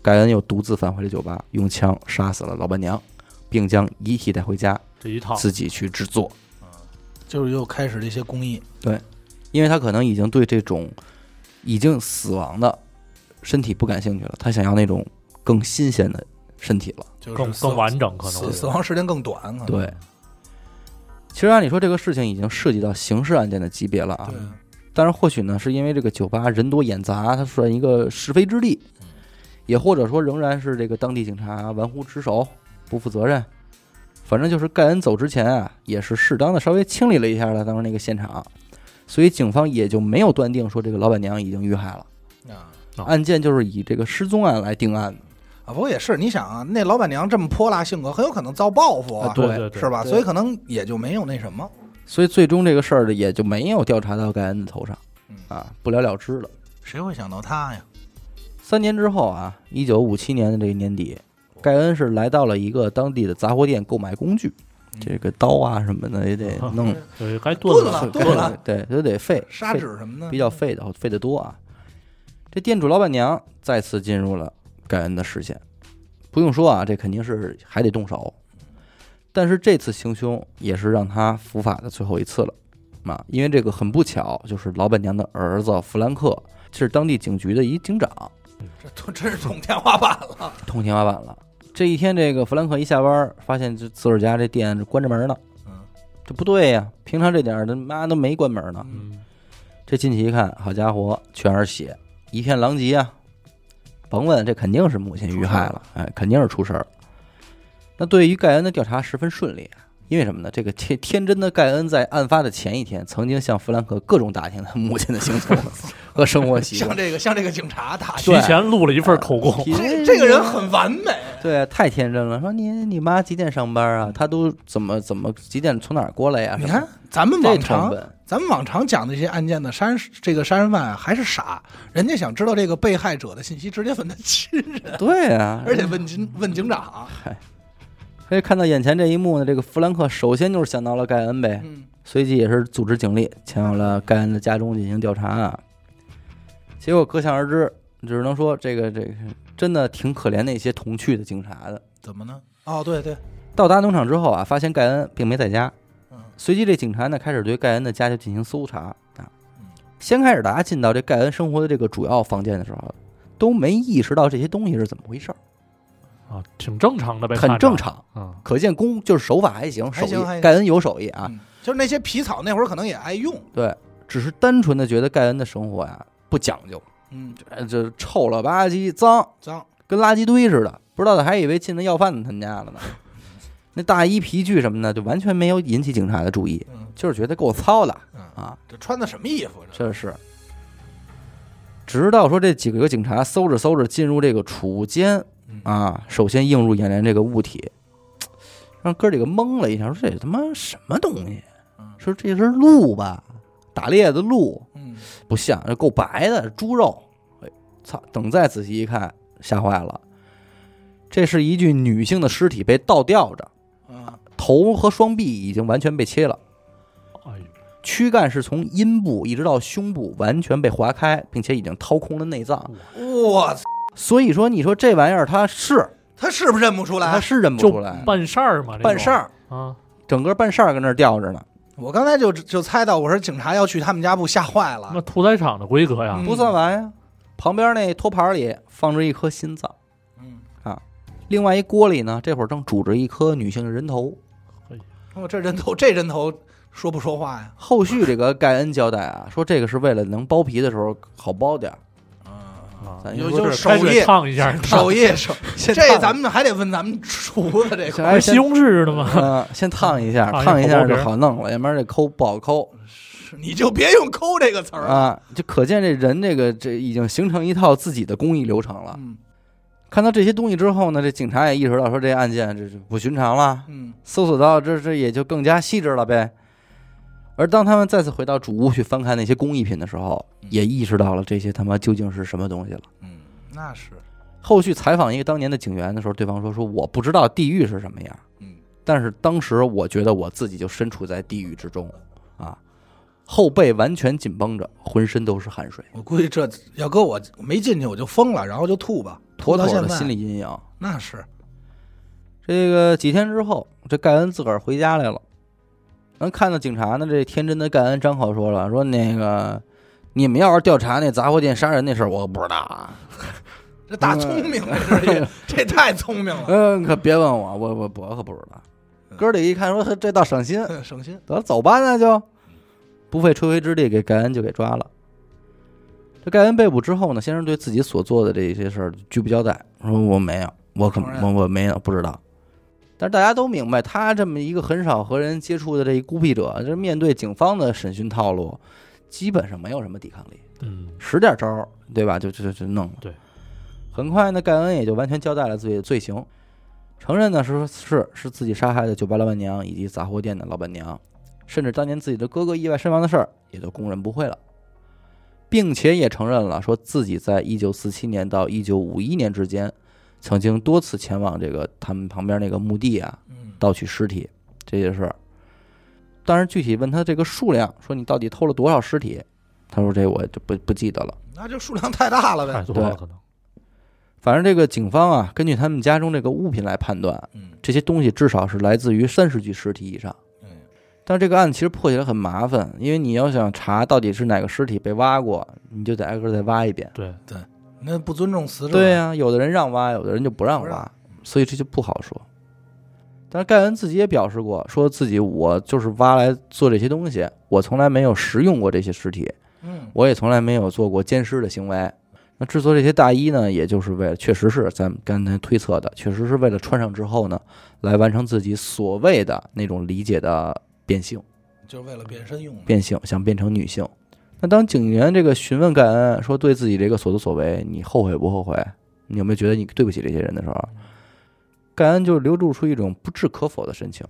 盖恩又独自返回了酒吧，用枪杀死了老板娘，并将遗体带回家，这一套自己去制作。就是又开始这些工艺。因为他可能已经对这种已经死亡的身体不感兴趣了，他想要那种更新鲜的身体了。就是更死更完整，可能死死是亡时间更短，可能对，其实按理说这个事情已经涉及到刑事案件的级别了啊对，，但是或许呢，是因为这个酒吧人多眼杂，它算一个是非之嗯地，也或者说仍然是这个当地警察玩忽职守，不负责任。反正就是盖恩走之前啊，也是适当的稍微清理了一下他当时那个现场，所以警方也就没有断定说这个老板娘已经遇害了。啊哦案件就是以这个失踪案来定案的，啊，不过也是，你想啊，那老板娘这么泼辣性格，很有可能遭报复啊啊，对对对对，是吧？对所以可能也就没有那什么。所以最终这个事儿也就没有调查到盖恩的头上嗯，啊，不了了之了。谁会想到他呀？三年之后啊，一九五七年的这个年底，盖恩是来到了一个当地的杂货店购买工具，这个刀啊什么的也得弄，对，该炖炖了对炖了对，都得费砂纸什么的，费比较费的费得多啊。这店主老板娘再次进入了盖恩的视线，不用说啊，这肯定是还得动手，但是这次行凶也是让他伏法的最后一次了。啊，因为这个很不巧，就是老板娘的儿子弗兰克是当地警局的一警长，这都真是捅天花板了。通天花板了。这一天，这个弗兰克一下班儿，发现这自个儿家这店这关着门呢，嗯这不对呀，平常这点儿他妈都没关门呢。嗯，嗯，这进去一看，好家伙，全是血，一片狼藉啊！甭问，这肯定是母亲遇害了，哎，肯定是出事儿了。那对于盖恩的调查十分顺利，啊因为什么呢？这个天天真的盖恩在案发的前一天，曾经向弗兰克各种打听他母亲的行 *laughs* 踪和生活习像惯。这个像这个警察打对提前录了一啊份口供，提这这个人很完美，对，太天真了。说你你妈几点上班啊？她都怎么怎么几点从哪儿过来呀、嗯你什么看咱们哎这往成常本，咱们往常讲的这些案件的杀人这个杀人犯啊还是傻，人家想知道这个被 *laughs* 害者的信息，直接问他亲人，对啊，而且问警问警长，所以看到眼前这一幕呢，这个弗兰克首先就是想到了盖恩呗，嗯随即也是组织警力前往了盖恩的家中进行调查啊。结果可想而知，只能说这个这个真的挺可怜那些同去的警察的。怎么呢？哦，对对，到达农场之后啊，发现盖恩并没在家嗯，随即这警察呢开始对盖恩的家就进行搜查啊嗯。先开始大家进到这盖恩生活的这个主要房间的时候，都没意识到这些东西是怎么回事儿，啊，挺正常的呗，很看着正常。啊。可见功就是手法还行，手还行还艺行盖恩有手艺啊，嗯就是那些皮草那会儿可能也爱用，对，只是单纯的觉得盖恩的生活呀不讲究，嗯，这这臭了吧唧、脏，脏，跟垃圾堆似的。不知道的还以为进了要饭的他们家了呢。 *laughs* 那大衣、皮具什么的，就完全没有引起警察的注意，嗯就是觉得够糙的嗯，啊，这穿的什么衣服？这这是。直到说这几个警察搜着搜着进入这个储物间嗯啊，首先映入眼帘这个物体，让哥几个懵了一下，说这他妈什么东西嗯？说这是鹿吧？打猎的鹿，嗯，不像，这够白的猪肉。哎，操！等再仔细一看，吓坏了。这是一具女性的尸体被倒吊着，啊，头和双臂已经完全被切了，哎呦，躯干是从阴部一直到胸部完全被划开，并且已经掏空了内脏。我操，所以说，你说这玩意儿它是他是不是认不出它来？是认不就出来，办事儿嘛，这种半扇儿，啊，整个半扇儿跟那儿吊着呢。我刚才就就猜到，我说警察要去他们家，不吓坏那了？屠宰场的规格呀嗯，不算完呀，旁边那托盘里放着一颗心脏，嗯，另外一锅里呢，这会儿正煮着一颗女性人头。我哦这人头，这人头说不说话 *laughs* 呀？后续这个盖恩交代啊，说这个是为了能剥皮的时候好剥点儿。嗯，啊，咱有说就是是开手水艺，烫一下，手艺 *laughs* 手，先这烫咱们还得问咱们厨子这先块哎跟先西红柿似的嘛，嗯、先烫一下，烫一烫一下下剥皮就儿好弄了，要不然这抠不好抠儿， *laughs* 你就别用“抠”这个词儿了。啊。就可见这人这个这已经形成一套自己的工艺流程了。嗯看到这些东西之后呢，这警察也意识到说这案件这这不寻常了，嗯搜索到这这也就更加细致了呗。而当他们再次回到主屋去翻看那些工艺品的时候，也意识到了这些他妈究竟是什么东西了。嗯，那是，后续采访一个当年的警员的时候，对方说：“说我不知道地狱是什么样，嗯，但是当时我觉得我自己就身处在地狱之中，啊，后背完全紧绷着，浑身都是汗水，我估计这要搁我没进去我就疯了，然后就吐吧，妥吐妥到现的在心理阴影。那是，这个几天之后，这盖恩自个儿回家来了，能看到警察呢。这天真的盖恩张口说了：“说那个，你们要是调查那杂货店杀人那事儿，我不知道啊，这大聪明 *laughs* 了，这是这太聪明了，嗯，可别问我，我我我可不知道。”哥儿几个一看说：“呵这倒省心，省心。得走吧，那就不费吹灰之力给盖恩就给抓了。这盖恩被捕之后呢，先是对自己所做的这些事儿拒不交代，说我没有，我可不承认我我没有不知道。但是大家都明白，他这么一个很少和人接触的这一孤僻者，这面对警方的审讯套路，基本上没有什么抵抗力，嗯，使点招儿，对吧？就就就就弄了。对，很快呢，盖恩也就完全交代了自己的罪行，承认呢是说是是自己杀害的酒吧老板娘以及杂货店的老板娘，甚至当年自己的哥哥意外身亡的事儿也都供认不讳了，并且也承认了说自己在1947年到1951年之间，曾经多次前往这个他们旁边那个墓地啊嗯盗取尸体这些事儿。当然，具体问他这个数量，说你到底偷了多少尸体，他说这我就不不记得了。那就数量太大了 *laughs* 太呗。多了可能，反正这个警方啊，根据他们家中这个物品来判断，嗯这些东西至少是来自于三十具尸体以上。嗯但是这个案其实破起来很麻烦，因为你要想查到底是哪个尸体被挖过，你就得挨个儿再挖一遍。对，那不尊重死者。对呀、有的人让挖，有的人就不让不挖让，所以这就不好说。但是盖恩自己也表示过，说自己我就是挖来做这些东西，我从来没有食用过这些尸体，嗯我也从来没有做过奸尸的行为。那制作这些大衣呢，也就是为了，确实是咱们刚才推测的，确实是为了穿上之后呢，来完成自己所谓的那种理解的变性，就是为了变身用的。变性想变成女性。那当警员这个询问盖恩说对自己这个所作所为，你后悔不后悔？你有没有觉得你对不起这些人的时候，盖恩就流露出一种不置可否的神情，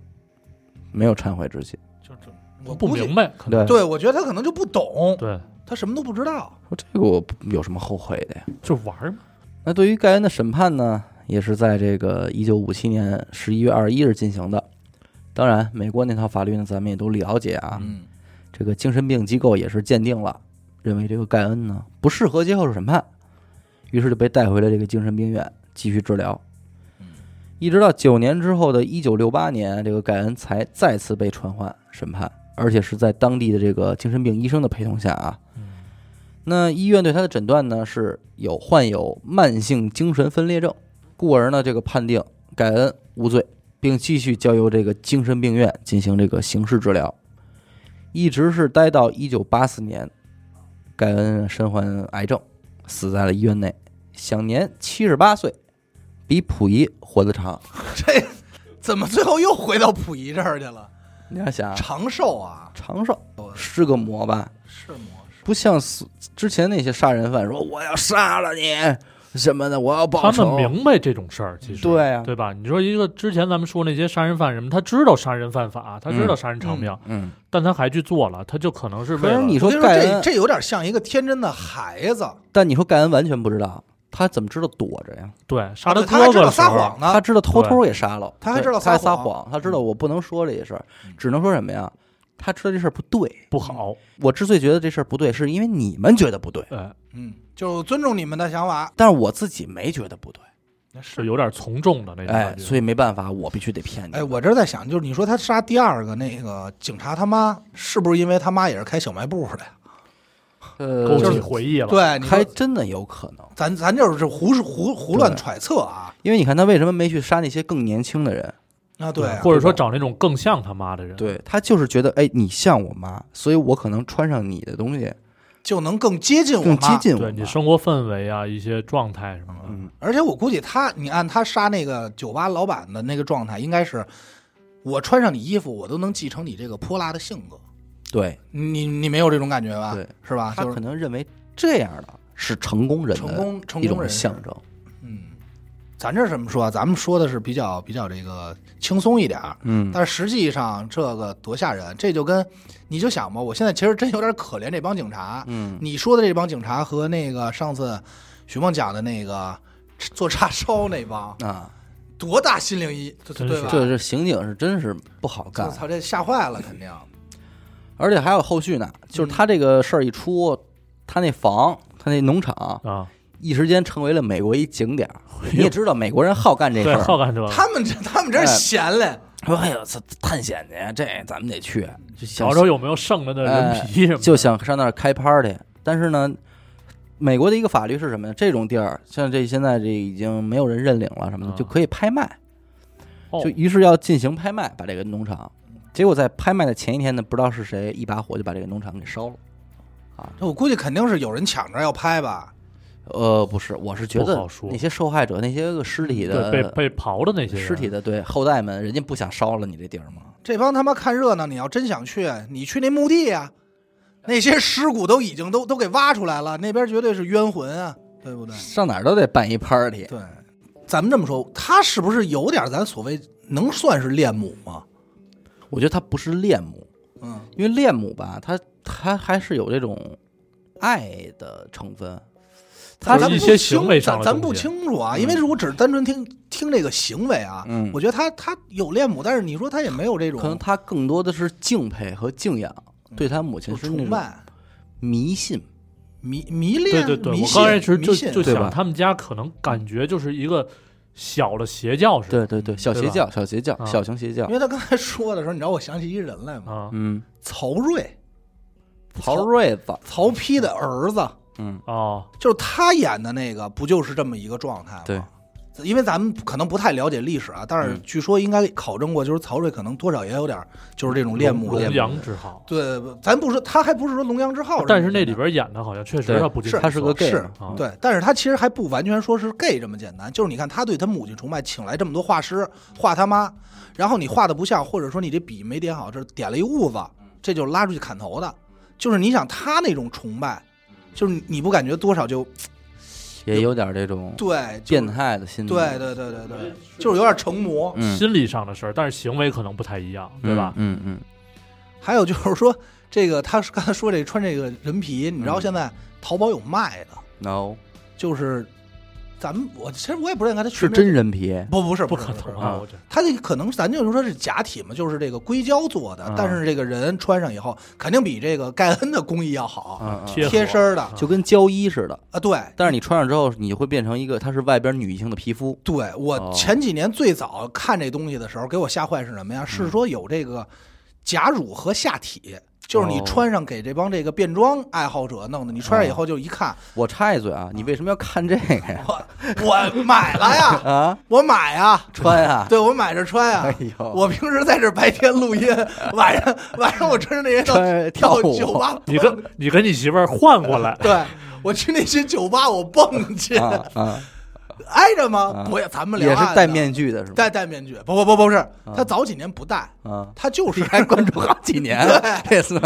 没有忏悔之心。就这我不估计明。白，可能对，对，我觉得他可能就不懂，对，他什么啊都不知道。说这个我有什么后悔的呀？就玩儿嘛，那对于盖恩的审判呢，也是在这个一九五七年十一月二十一日进行的。当然，美国那套法律呢，咱们也都了解啊。嗯这个精神病机构也是鉴定了，认为这个盖恩呢不适合接受审判，于是就被带回了这个精神病院继续治疗嗯。一直到九年之后的1968年，这个盖恩才再次被传唤审判，而且是在当地的这个精神病医生的陪同下啊。嗯那医院对他的诊断呢是有患有慢性精神分裂症，故而呢这个判定盖恩无罪，并继续交由这个精神病院进行这个刑事治疗，一直是待到一九八四年，盖恩身患癌症，死在了医院内，享年七十八岁，比溥仪活得 *laughs* 长。这 *laughs* 怎么最后又回到溥仪这儿去了？你要想长寿啊，长寿是个魔吧？是魔术，不像死之前那些杀人犯说我要杀了你什么的，我要报他仇。们明白这种事儿，其实对啊对吧？你说一个之前咱们说那些杀人犯什么，他知道杀人犯法，他知道杀人偿命，嗯，但他还去做了，他就可能是为可是了你我说跟你说盖这恩，这有点像一个天真的孩子，但你说盖恩完全不知道，他怎么知道躲着呀？对杀他啊他哥还知哥道的时撒候，谎他呢，知道偷偷也杀了，啊他还知道对他还撒撒谎谎，他知道我不能说这些事儿嗯，只能说什么呀？他知道这事儿不对。不好，我之所以觉得这事儿不对，是因为你们觉得不对，哎，嗯，就尊重你们的想法，但是我自己没觉得不对，是有点从众的那种哎感，觉。所以没办法，我必须得骗你。哎，我这在想，就是你说他杀第二个那个警察他妈，是不是因为他妈也是开小卖部的呀？呃，勾就起是回忆了，对，你说还真的有可能，咱咱就是胡胡胡乱揣测啊因为你看他为什么没去杀那些更年轻的人？啊，对啊，或者说找那种更像他妈的人，对他就是觉得，哎，你像我妈，所以我可能穿上你的东西，就能更接近我更妈。接近我对你妈。生活氛围啊，一些状态什么的，嗯，而且我估计他，你按他杀那个酒吧老板的那个状态，应该是我穿上你衣服，我都能继承你这个泼辣的性格。对，你你没有这种感觉吧？对，是吧？他就可是能认为这样的是成功人成的功成一功种人士象。征。嗯，咱这怎么说啊？咱们说的是比较比较这个轻松一点儿，嗯，但是实际上这个多吓人！这就跟你就想吧，我现在其实真有点可怜这帮警察。嗯，你说的这帮警察和那个上次徐梦讲的那个做叉烧那帮，啊，多大心灵一真对是吧？这这刑警是真是不好我干，操，这吓坏了，肯定。嗯而且还有后续呢。就是嗯他这个事儿一出，他那房，他那农场，啊，一时间成为了美国一景点儿。哎你也知道美国人好干这事对，儿，好干这个，他们这他哎们真是闲嘞，说哎呦，这探险去，这咱们得去，就想找找有没有剩着的人皮什么的，就想上那儿开 party。但是呢，美国的一个法律是什么呀？这种地儿，像这现在这已经没有人认领了，什么的、啊就可以拍卖，哦就于是要进行拍卖，把这个农场。结果在拍卖的前一天呢，不知道是谁一把火就把这个农场给烧了。这我估计肯定是有人抢着要拍吧。呃，不是，我是觉不得好说那些受害者、那些个尸体对被的被刨的那些人尸体的对后代们，人家不想烧了你这地儿吗？这帮他妈看热闹，你要真想去，你去那墓地呀、那些尸骨都已经都都给挖出来了，那边绝对是冤魂啊，对不对？上哪儿都得办一 party。对，咱们这么说，他是不是有点咱所谓能算是恋母吗？我觉得他不是恋母，嗯，因为恋母吧，他他还是有这种爱的成分。他咱是一不些清行为上的咱咱东不西嗯清楚啊，因为如果只是单纯听听这个行为啊，嗯我觉得他他有恋母，但是你说他也没有这种可能他更多的是敬佩和敬仰，对他母亲有是崇那种拜、迷信。迷迷恋对、对对，迷我信刚开始就迷信就对吧想他们家可能感觉就是一个小的邪教似的，对对对，小对邪吧教，小邪教，啊小型邪教因。为他刚才说的时候，你知道我想起一人来吗？啊嗯，曹睿，曹睿子，曹丕的儿子，哦，就是他演的那个，不就是这么一个状态吗？对，因为咱们可能不太了解历史啊，嗯但是据说应该考证过，就是曹睿可能多少也有点儿就是这种恋母龙恋母。阳之好，对，咱不说他还不是说龙阳之好，但是那里边演的好像确实对要不尽是人他是个意 gay 是嘛啊对，但是他其实还不完全说是 gay 这么简单，就是你看他对他母亲崇拜，请来这么多画师画他妈，然后你画的不像，或者说你这笔没点好，这点了一痦子，这就拉出去砍头的，就是你想他那种崇拜，就是你不感觉多少就也有点这种对就变态的心理。对对对对对，就是有点成魔。嗯，心理上的事儿，但是行为可能不太一样，对吧？嗯嗯，还有就是说，这个他刚才说这穿这个人皮，你知道嗯现在淘宝有卖的， no，就是咱们我其实我也不认为他是全真人皮，不不是不是可是能啊啊！我觉得他这可能咱就是说是假体嘛，就是这个硅胶做的，啊但是这个人穿上以后，肯定比这个盖恩的工艺要好，嗯，嗯贴贴身儿的合就跟胶衣似的。啊。对但是你穿上之后，你会变成一个，它是外边女性的皮肤，对，哦我前几年最早看这东西的时候，给我吓坏是什么呀？嗯是说有这个假乳和下体。就是你哦啊穿上给这帮这个变装爱好者弄的，你穿上以后就一看，我插一嘴啊，你为什么要看这个呀？我我买了 *laughs* 呀，啊，我买呀，穿 *laughs* 啊！对我买着穿呀哎。呦，我平时在这白天录音，晚上晚上我穿着那些到穿跳到舞，酒吧，你跟你跟你媳妇儿换过来 *laughs* 对我去那些酒吧，我蹦去，啊啊， *laughs* 挨着啊吗？不要，咱们俩也是戴面具的是吧？戴戴面具，不不不不是，他早几年不 *laughs* 戴， *laughs* 啊，他就是还关注好几年，啊这次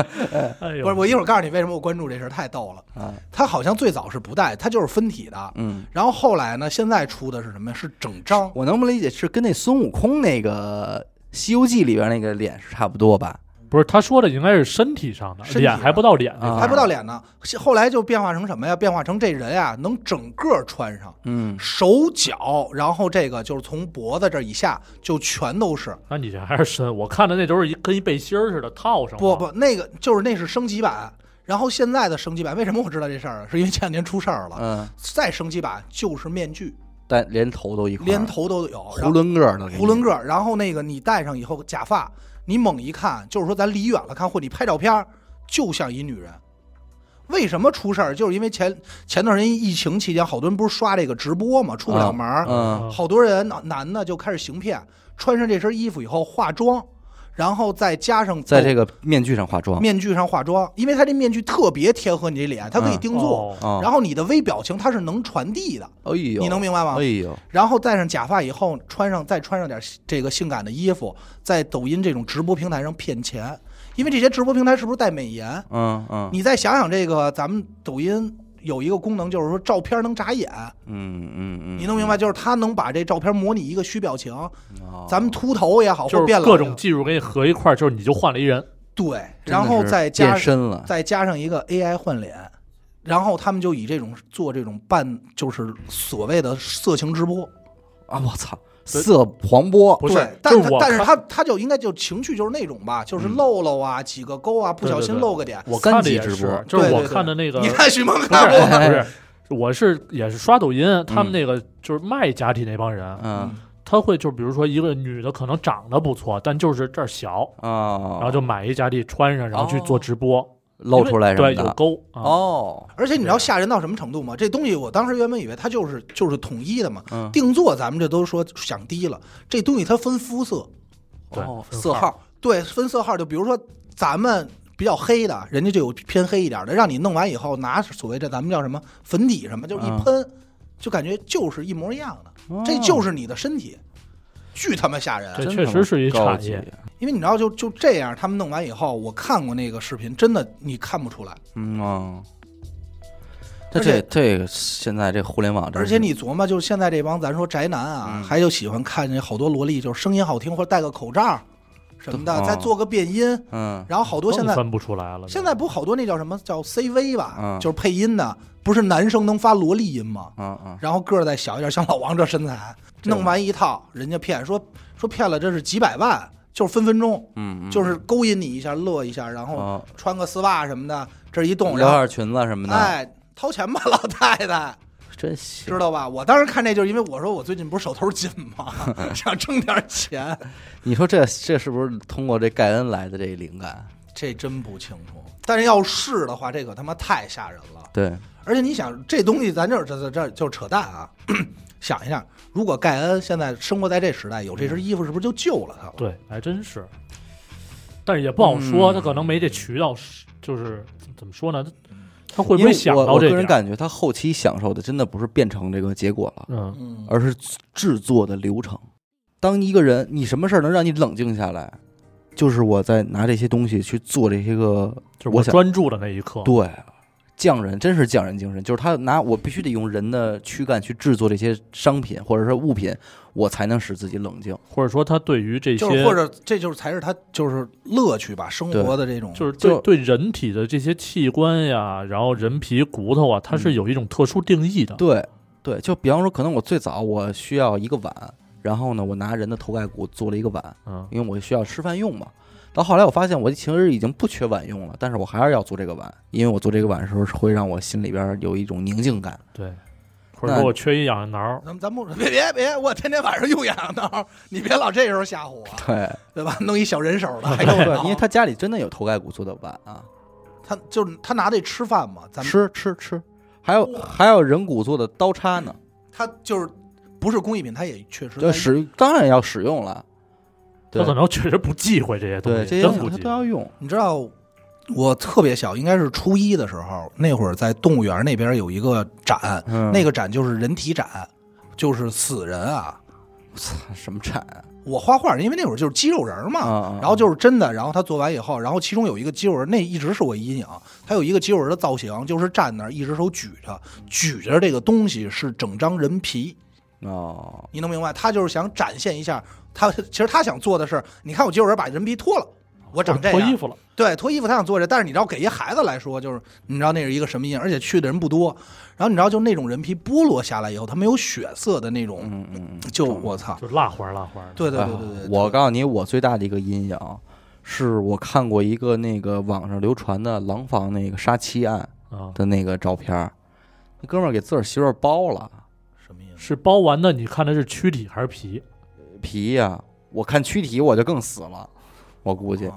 哎 *laughs* 呦，不是我一会儿告诉你为什么我关注这事儿，太逗了。啊，他好像最早是不戴，他就是分体的，嗯，然后后来呢，现在出的是什么呀？是整张， *laughs* 我能不能理解是跟那孙悟空那个《西游记》里边那个脸是差不多吧？不是他说的应该是身体上的，身体脸还不到脸那啊块儿还不到脸呢。后来就变化成什么呀？变化成这人啊，能整个穿上。嗯，手脚，然后这个就是从脖子这儿以下就全都是，那你这还是深，我看的那都是一跟一背心儿似的套上。不，不，那个就是那是升级版。然后现在的升级版，为什么我知道这事儿啊？是因为前两年出事儿了。嗯，再升级版就是面具，但连头都一块儿，连头都有，囫囵个儿的，囫囵个儿。然后那个你戴上以后，假发，你猛一看，就是说咱离远了看，或者你拍照片儿，就像一女人。为什么出事儿？就是因为前前段时间疫情期间，好多人不是刷这个直播嘛，出不了门儿，嗯好多人男男的就开始行骗，穿上这身衣服以后化妆，然后再加上在这个面具上化妆，面具上化妆，因为它这面具特别贴合你这脸，它可以定做，哦啊，然后你的微表情它是能传递的，哎呦，你能明白吗哎？呦，然后戴上假发以后，穿上再穿上点这个性感的衣服，在抖音这种直播平台上骗钱，因为这些直播平台是不是带美颜？嗯嗯你再想想这个，咱们抖音有一个功能，就是说照片能眨眼，嗯嗯嗯，你能明白？就是它能把这照片模拟一个虚表情，哦？咱们秃头也好，就或变是老各也种好技术给你合一块儿，就是你就换了一人。对，真的然后是再加变上身啊了，再加上一个 AI 换脸，然后他们就以这种做这种半就是所谓的色情直播，啊！我操，色黄波，不是对，但就是是我但是看嗯他他就应该就情绪就是那种吧，就是漏漏啊，几个勾啊，不小心对对对漏个点。我看三的级也直播是，就是对我对对看的那个，你看许梦不看是啊过哎吗？不是，我是也是刷抖音，他们那个就是卖假体那帮人，嗯他会就比如说一个女的可能长得不错，但就是这儿小，嗯啊，然后就买一假体穿上，然后去做直播，哦露出来什么对，有的，沟啊，哦，而且你知道吓人到什么程度吗？这东西我当时原本以为它就是就是统一的嘛，嗯，定做咱们这都说想低了，这东西它分肤色，对哦分色号，对，分色号，就比如说咱们比较黑的，人家就有偏黑一点的，让你弄完以后拿所谓这咱们叫什么粉底什么，就嗯是一喷，就感觉就是一模一样的，哦这就是你的身体，巨他妈吓人。这真确他实妈是一高产级业，因为你知道就，就这样，他们弄完以后，我看过那个视频，真的你看不出来。嗯哦。这嗯这而且这个现在这互联网真而是，且你琢磨，就是现在这帮咱说宅男啊，嗯还就喜欢看见好多萝莉，就是声音好听，或者戴个口罩什么的，对哦再做个变音，嗯然后好多现更在分不出来了。现在不好多那叫什么叫 CV 吧，嗯就是配音的，不是男生能发萝莉音吗？嗯嗯，然后个儿再小一点，像老王这身材，这弄完一套，人家骗说说骗了，这是几百万，就是分分钟，嗯，嗯就是勾引你一下，乐一下，然后哦，穿个丝袜什么的，这一动，然撩后下裙子什么的，哎，掏钱吧，老太 *laughs* 太，真行知。道吧？我当时看这就是因为我说我最近不是手头紧 *laughs* 吗，想挣点钱，你说这这是不是通过这盖恩来的这灵感？这真不清楚。但是要是的话，这可他妈太吓人了。对，而且你想，这东西咱这儿这这这就是扯淡啊！ *clears throat* 想一下，如果盖恩现在生活在这时代，有这身衣服，是不是就救了他了？对，还真是，但是也不好说，嗯他可能没这渠道，是就是怎么说呢？他他会不因为会想我到我这个点人儿？感觉他后期享受的真的不是变成这个结果了，嗯，嗯，而是制作的流程。当一个人，你什么事儿能让你冷静下来？就是我在拿这些东西去做这些个，就是我我想专注的那一刻，对，匠人真是匠人精神，就是他拿我必须得用人的躯干去制作这些商品或者是物品，我才能使自己冷静。或者说他对于这些，就是或者这就是才是他就是乐趣吧，生活的这种就是就对对人体的这些器官呀，然后人皮、骨头啊，它是有一种特殊定义的。嗯对，对，就比方说，可能我最早我需要一个碗，然后呢，我拿人的头盖骨做了一个碗，嗯因为我需要吃饭用嘛。到后来我发现，我其实已经不缺碗用了，但是我还是要做这个碗，因为我做这个碗的时候是会让我心里边有一种宁静感。对，或者说我缺一痒痒挠儿，咱们咱不别别别，我天天晚上用痒痒挠，你别老这时候吓唬 *laughs* 我，对，对吧？弄一小人手的，还 *clears throat* 用 *laughs* 对，挠因为他家里真的有头盖骨做的碗啊，他就是他拿这吃饭嘛，咱们吃吃吃，还有还有人骨做的刀叉呢，他就是不是工艺品，他也确实对，在使当然要使用了，对他可能确实不忌讳这些东对，西，这些真东不西他忌都要讳。用，你知道，我特别小，应该是初一的时候，那会儿在动物园那边有一个展，嗯，那个展就是人体展，就是死人啊。什么铲啊我画画，因为那会儿就是肌肉人嘛，啊，然后就是真的，然后他做完以后，然后其中有一个肌肉人，那一直是我阴影。他有一个肌肉人的造型，就是站那儿一只手举着，举着这个东西是整张人皮，哦，你能明白？他就是想展现一下，他 *laughs* 其实他想做的是，你看我肌肉人把人皮脱了，我长这脱衣样，服了，对，脱衣服他想做这，但是你知道给一孩子来说，就是你知道那是一个什么印象，而且去的人不多，然后你知道就那种人皮剥落下来以后，它没有血色的那种，嗯嗯，嗯就我操，就蜡花儿蜡花儿的。对对对哎对对，我告诉你，我最大的一个阴影是我看过一个那个网上流传的廊坊那个杀妻案啊，的那个照片儿，那哥们儿给自个儿媳妇儿剥了什么意思？是包完的，你看的是躯体还是皮？皮呀、我看躯体我就更死了，我估计哦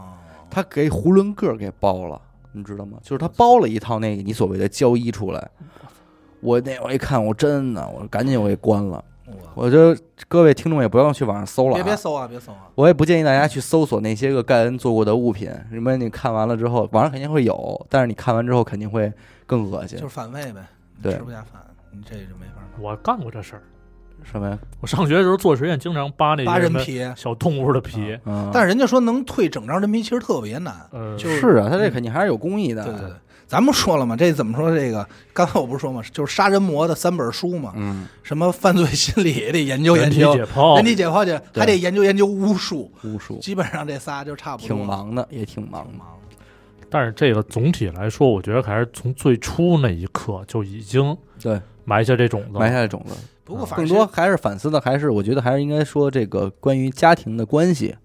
他给囫囵个儿给剥了，你知道吗？就是他包了一套那个你所谓的胶衣出来。我那我一看，我真的，我赶紧我给关了。我我就各位听众也不要去网上搜了、啊，别别搜啊，别搜啊，我也不建议大家去搜索那些个盖恩做过的物品，因为你看完了之后，网上肯定会有，但是你看完之后肯定会更恶心就是。反胃呗，对吃不下饭，你这就没法弄。我干过这事儿。什么呀？我上学的时候做实验，经常扒那扒些什人么皮，啊小动物的皮。嗯，但是人家说能退整张人皮，其实特别难。呃，就是嗯啊，他这肯定还是有工艺的。对对对，咱们说了嘛，这怎么说？这个刚才我不是说嘛，就是杀人魔的三本书嘛，嗯，什么犯罪心理也得研究研人体究，解剖人，体解剖去，还得研究研究巫术，巫术基本上这仨就差不多。挺，忙的，也挺忙挺的。忙。但是这个总体来说，我觉得还是从最初那一刻就已经对，埋下这种子了。埋下了种子。不过反啊更正多，还是反思的，还是我觉得还是应该说这个呃关于家庭的关系，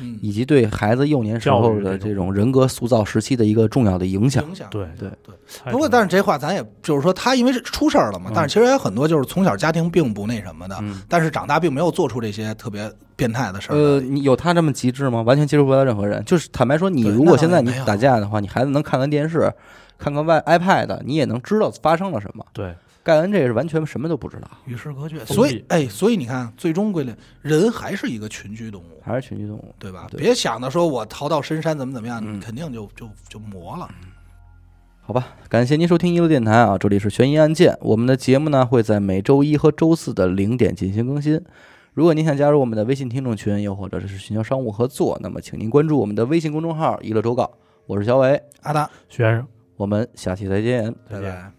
嗯，以及对孩子幼年时候的这种人格塑造时期的一个重要的影响。影响。啊对对对，太不过重但是这话咱也就是说，他因为是出事儿了嘛，嗯但是其实也有很多就是从小家庭并不那什么的，嗯，但是长大并没有做出这些特别变态的事儿的。呃，你有他这么极致吗？完全接触不到任何人。就是坦白说，你对如那果倒现也在你没有打架的话，你孩子能看看电视，看看外 iPad，你也能知道发生了什么。对，盖恩这个是完全什么都不知道，与世隔绝。封所以闭，哎，所以你看，最终归类，人还是一个群居动物，还是群居动物。对吧？对别想着说我逃到深山怎么怎么样，嗯你肯定就就就磨了。好吧，感谢您收听一路电台啊，这里是悬疑案件。我们的节目呢会在每周一和周四的零点进行更新。如果您想加入我们的微信听众群，又或者是寻求商务合作，那么请您关注我们的微信公众号“一乐周告”。我是小伟，阿达，徐先生，我们下期再见。再见。拜。